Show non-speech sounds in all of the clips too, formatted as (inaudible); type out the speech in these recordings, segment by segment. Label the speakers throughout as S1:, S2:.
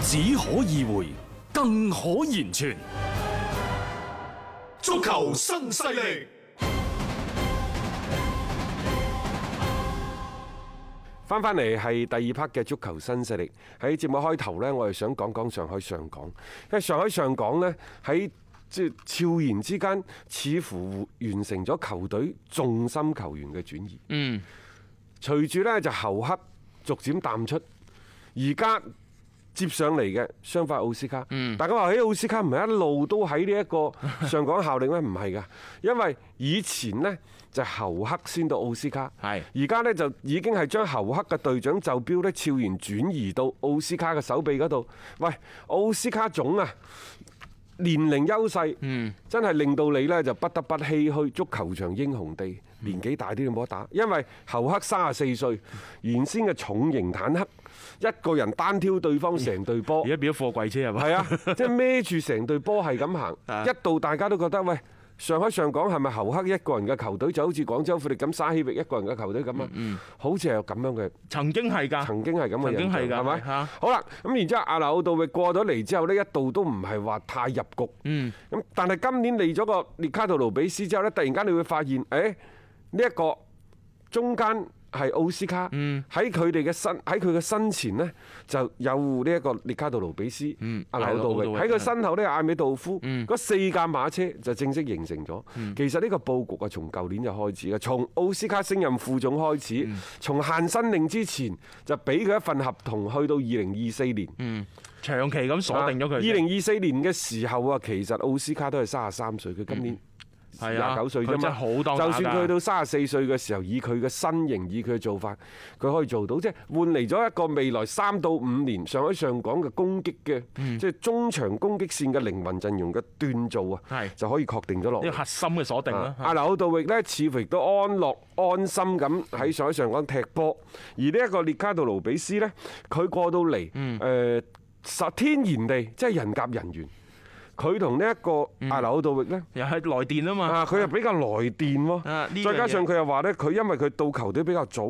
S1: 只可意會，更可言傳。
S2: 足球新勢力。
S3: 翻翻嚟係第二 part 嘅足球新勢力。喺節目開頭呢，我哋想講講上海上港，因為上海上港呢，喺即係悄然之間，似乎完成咗球隊重心球員嘅轉移。嗯，隨住呢就侯克逐漸淡出，而家。接上嚟嘅相反奧斯卡，大家話：，誒奧斯卡唔係一路都喺呢一個上港效力咩？唔係㗎，因為以前呢，就侯克先到奧斯卡，
S4: 係
S3: 而家呢，就已經係將侯克嘅隊長袖標呢，悄然轉移到奧斯卡嘅手臂嗰度。喂，奧斯卡總啊！年齡優勢，真係令到你呢就不得不唏噓足球場英雄地，年紀大啲都冇得打，因為侯克三十四歲，原先嘅重型坦克，一個人單挑對方成隊波
S4: 而，家變咗貨櫃車係嘛？啊
S3: 係啊，
S4: (laughs)
S3: 即係孭住成隊波係咁行，一度大家都覺得喂。上海上港係咪侯克一個人嘅球隊就好似廣州富力咁沙希域一個人嘅球隊咁啊？好似係有咁樣嘅
S4: 嗯曾經係㗎，
S3: 曾經係咁嘅
S4: 曾經
S3: 印象
S4: 係啊㗎
S3: 係咪？
S4: 嚇
S3: 好啦，咁然之後阿劉道域過咗嚟之後呢，一度都唔係話太入局。嗯。咁但係今年嚟咗個列卡杜盧比斯之後呢，突然間你會發現，誒呢一個中間係奧斯卡，
S4: 嗯
S3: 喺佢哋嘅身喺佢嘅身前呢，就有呢一個列卡杜盧比斯、阿劉道
S4: 嗯阿
S3: 域
S4: 劉道域嗯
S3: 喺佢身後呢，艾美杜夫，嗰四架馬車就正式形成咗。其實呢個佈局啊，從舊年就開始嘅，從奧斯卡升任副總開始，
S4: 嗯
S3: 從限薪令之前就俾佢一份合同，去到二零二四年。啊
S4: 長期咁嗯鎖定咗佢。
S1: 啊
S3: 二零二四年嘅時候啊，其實奧斯卡都係三十三歲，佢今年。
S4: 係啊
S3: 廿九歲啫
S4: 佢真
S3: 嘛，
S4: 係好當打
S3: 就
S4: 㗎
S3: 算佢到三十四歲嘅時候，以佢嘅身形，以佢嘅做法，佢可以做到，即係換嚟咗一個未來三到五年上海上港嘅攻擊嘅，
S4: 嗯
S3: 即係中場攻擊線嘅靈魂陣容嘅鍛造啊
S4: 係，
S3: 就可以確定咗落
S4: 呢
S3: 嚟
S4: 個。核心嘅鎖定啦
S3: 啊。阿劉道域呢，似乎亦都安樂安心咁喺上海上港踢波，而呢一個列卡杜盧比斯呢，佢過到嚟，
S4: 嗯
S3: 誒實天然地即係人夾人緣。佢同呢一個
S4: 嗯
S3: 阿劉道域呢，
S4: 又係來電啊嘛。
S3: 啊佢又比較來電喎，
S4: 啊呢樣嘢嗯
S3: 再加上佢又話呢，佢因為佢到球隊比較早，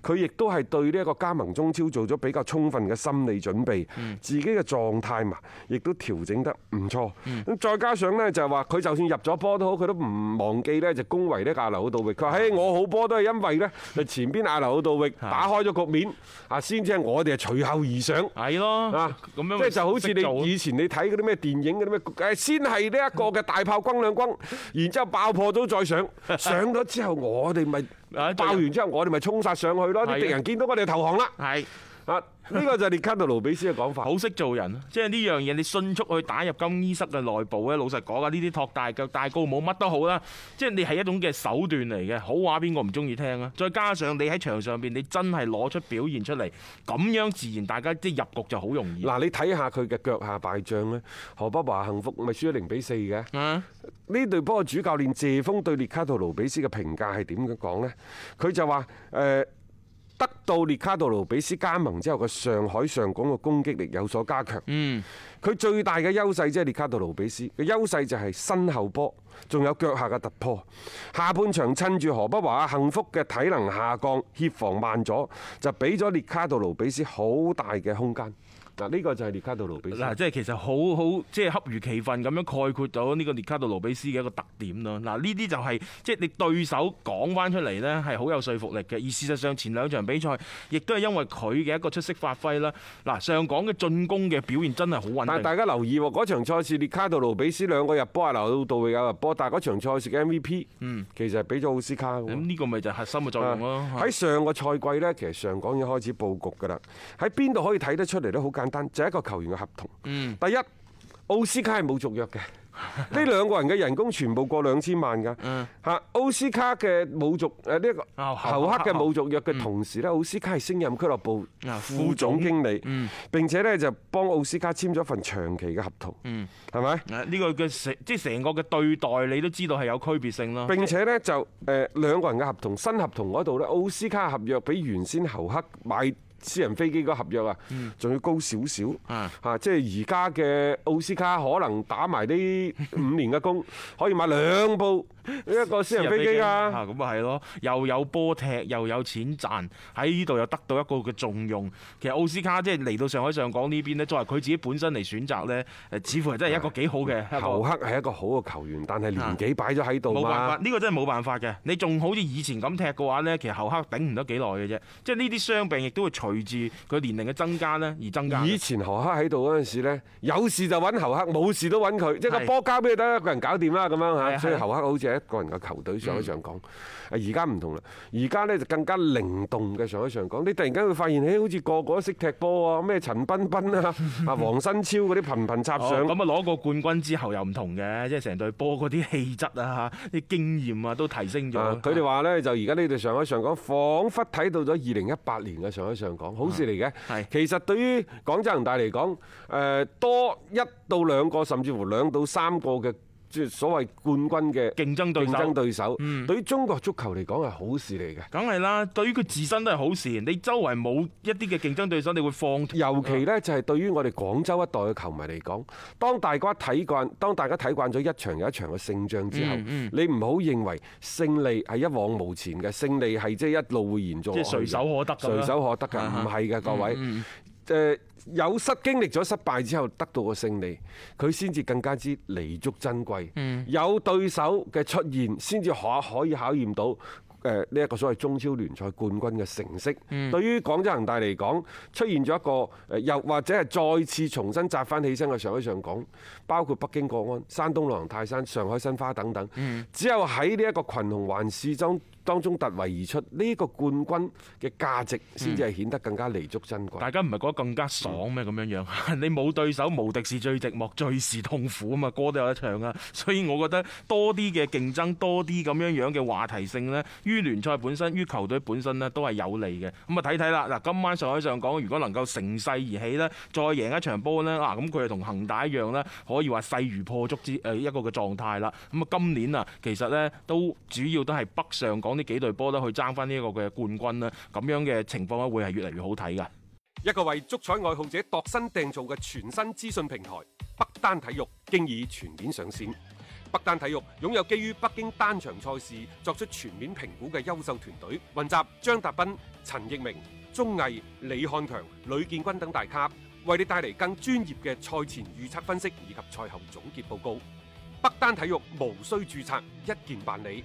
S3: 佢亦都係對呢一個加盟中超做咗比較充分嘅心理準備，
S4: 嗯
S3: 自己嘅狀態嘛，亦都調整得唔錯。
S4: 嗯
S3: 咁再加上呢，就係話佢就算入咗波都好，佢都唔忘記呢，就恭維呢個阿劉道域。佢
S4: 啊
S3: 話：，嘿，我好波都係因為呢，就前邊阿劉道域打開咗局面，啊，先至係我哋係隨後而上。
S4: 係咯，
S3: 啊，
S4: 咁樣
S3: 即係就好似
S4: 識做啊
S3: 你以前你睇嗰啲咩電影嗰啲咩，誒先係呢一個嘅大炮轟兩
S4: (laughs)
S3: 轟，然之後爆破咗再上，上咗之後我哋咪
S4: (laughs) 啊
S3: 爆完之後我哋咪衝殺上去咯，
S4: 係
S3: 啲
S4: 啊
S3: 敵人見到我哋就投降啦。
S4: (laughs) 係
S3: 啊，呢個就係列卡杜盧比斯嘅講法。
S4: 好識做人，啊即係呢樣嘢你迅速去打入更衣室嘅內部咧。老實講啊，呢啲托大腳、戴高帽乜都好啦，即係你係一種嘅手段嚟嘅。好話邊個唔中意聽啊？再加上你喺場上邊，你真係攞出表現出嚟，咁樣自然大家即係入局就好容易。
S3: 嗱，你睇下佢嘅腳下敗仗咧，河北華幸福咪輸咗零比四嘅。
S4: 啊，
S3: 呢隊波嘅主教練謝峰對列卡杜盧比斯嘅評價係點樣講呢？佢就話誒、呃得到列卡杜盧比斯加盟之後嘅上海上港嘅攻擊力有所加強。嗯，佢最大嘅優勢即係列卡杜盧比斯嘅優勢就係身後波，仲有腳下嘅突破。下半場趁住河北華幸福嘅體能下降，協防慢咗，就俾咗列卡杜盧比斯好大嘅空間。嗱，呢個就係列卡杜盧比斯。
S4: 嗱，即係其實好好即係恰如其分咁樣概括咗呢個列卡杜羅比斯嘅一個特點咯。嗱，呢啲就係即係你對手講翻出嚟呢係好有說服力嘅。而事實上前兩場比賽亦都係因為佢嘅一個出色發揮啦。嗱，上港嘅進攻嘅表現真係好
S3: 但係
S4: 穩定。
S3: 大家留意喎，嗰場賽事列卡杜盧比斯兩個入波係啊留到杜有入波，但係嗰場賽事嘅 MVP，其實係俾咗奧斯卡嘅喎
S4: 咁呢個咪就係核心嘅作用咯。
S3: 啊喺上個賽季呢，其實上港已經開始佈局㗎啦。喺邊度可以睇得出嚟呢？好簡單，就係、一個球員嘅合同。
S4: 嗯
S3: 第一，奧斯卡係冇續約
S4: (laughs)
S3: 嘅。呢兩個人嘅人工全部過兩千萬㗎。嚇，奧斯卡嘅冇續誒呢一個
S4: 嗯啊
S3: 侯
S4: 侯
S3: 克嘅
S4: 克嗯
S3: 冇續約嘅同時呢，奧斯卡係升任俱樂部
S4: 啊
S3: 副
S4: 副
S3: 總
S4: 總嗯
S3: 經理，並且呢就幫奧斯卡簽咗份長期嘅合同，
S4: 嗯
S3: 係咪？
S4: 誒啊呢個嘅成即係成個嘅對待，你都知道係有區別性咯。
S3: 並且呢，就誒兩個人嘅合同新合同嗰度呢，奧斯卡合約比原先侯克買私人飛機嗰個合約啊，仲要高少少
S4: 啊
S3: 嚇，即係而家嘅奧斯卡可能打埋 (laughs) 呢五年嘅工，可以買兩部呢一個哦私人飛機
S4: 啊，
S3: 㗎。
S4: 咁啊係咯，又有波踢，又有錢賺，喺呢度又得到一個嘅重用。其實奧斯卡即係嚟到上海上港呢邊呢，作為佢自己本身嚟選擇呢，誒似乎係真係一個幾好嘅一
S3: 侯
S4: 個。
S3: 克係一個好嘅球員，但係年紀擺咗喺度
S4: 冇辦
S3: 嘛
S4: 法，。呢個真係冇辦法嘅。你仲好似以前咁踢嘅話呢，其實侯克頂唔得幾耐嘅啫。即係呢啲傷病亦都會隨住佢年齡嘅增加呢而增加嘅。
S3: 以前何克喺度嗰陣時咧，有事就揾侯克，冇事都揾佢，即係個
S4: 係
S3: 波交俾佢得一個人搞掂啦咁樣
S4: 係
S3: 嚇。
S4: 係嗯
S3: 所以侯克好似係一個人嘅球隊上海上港，而家唔同啦，而家咧就更加靈動嘅上海上港。你突然間會發現，誒好似個個都識踢波啊，咩陳彬彬
S4: (laughs)
S3: 啊、啊黃新超嗰啲頻頻插
S4: 哦
S3: 上
S4: 咁。啊攞過冠軍之後又唔同嘅，即係成隊波嗰啲氣質啊、啲經驗啊都提升咗
S3: 啊。佢哋話呢，就而家呢隊上海上港，彷彿睇到咗二零一八年嘅上海上港，好事嚟嘅
S4: 啊係。
S3: 其實對於廣州恒大嚟講，誒多一到兩個，甚至乎兩到三個嘅。即係所謂冠軍嘅
S4: 競爭對手嗯
S3: 競爭對手，對於中國足球嚟講係好事嚟嘅。
S4: 梗係啦，對於佢自身都係好事。你周圍冇一啲嘅競爭對手，你會放
S3: 尤
S4: 嗯
S3: 其呢，就係對於我哋廣州一代嘅球迷嚟講，當大家睇慣，當大家睇慣咗一場又一場嘅勝仗之
S4: 嗯
S3: 後，你唔好認為勝利係一往無前嘅，勝利係即係一路會延續
S4: 即係
S3: 落去嘅
S4: 隨手可得咁嗯
S3: 隨
S4: 啦
S3: 手可得㗎，唔係嘅各位。誒呃有失經歷咗失敗之後得到個勝利，佢先至更加之彌足珍貴。有對手嘅出現，先至可可以考驗到。誒呢一個所謂中超聯賽冠軍嘅成績，對於廣州恒大嚟講，出現咗一個誒，呃又或者係再次重新扎翻起身嘅上海上港，包括北京國安、山東魯能泰山、上海申花等等，只有喺呢一個群雄環視中當中突圍而出，呢個冠軍嘅價值先至係顯得更加彌足珍貴。
S4: 大家唔係覺得更加爽咩？咁樣樣， (laughs) 你冇對手，無敵是最寂寞，最是痛苦啊嘛，歌都有得唱啊。 (laughs) 所以我覺得多啲嘅競爭，多啲咁樣樣嘅話題性呢，於聯賽本身，於球隊本身呢，都係有利嘅。咁啊睇睇啦，嗱，今晚上海上港如果能夠乘勢而起呢，再贏一場波呢，啊嗱，咁佢就同恒大一樣呢，可以話勢如破竹之誒一個嘅狀態啦。咁啊，今年啊，其實呢，都主要都係北上港呢幾隊波呢，去爭翻呢一個嘅冠軍啦。咁樣嘅情況呢，會係越嚟越好睇㗎。
S3: 一個為足彩愛好者度身訂造嘅全新資訊平台北單體育，經已全面上線。北單體育擁有基於北京單場賽事作出全面評估嘅優秀團隊，雲集張達斌、陳奕明、鐘毅、李漢強、呂建軍等大咖，為你帶嚟更專業嘅賽前預測分析以及賽後總結報告。北單體育無需註冊，一鍵辦理。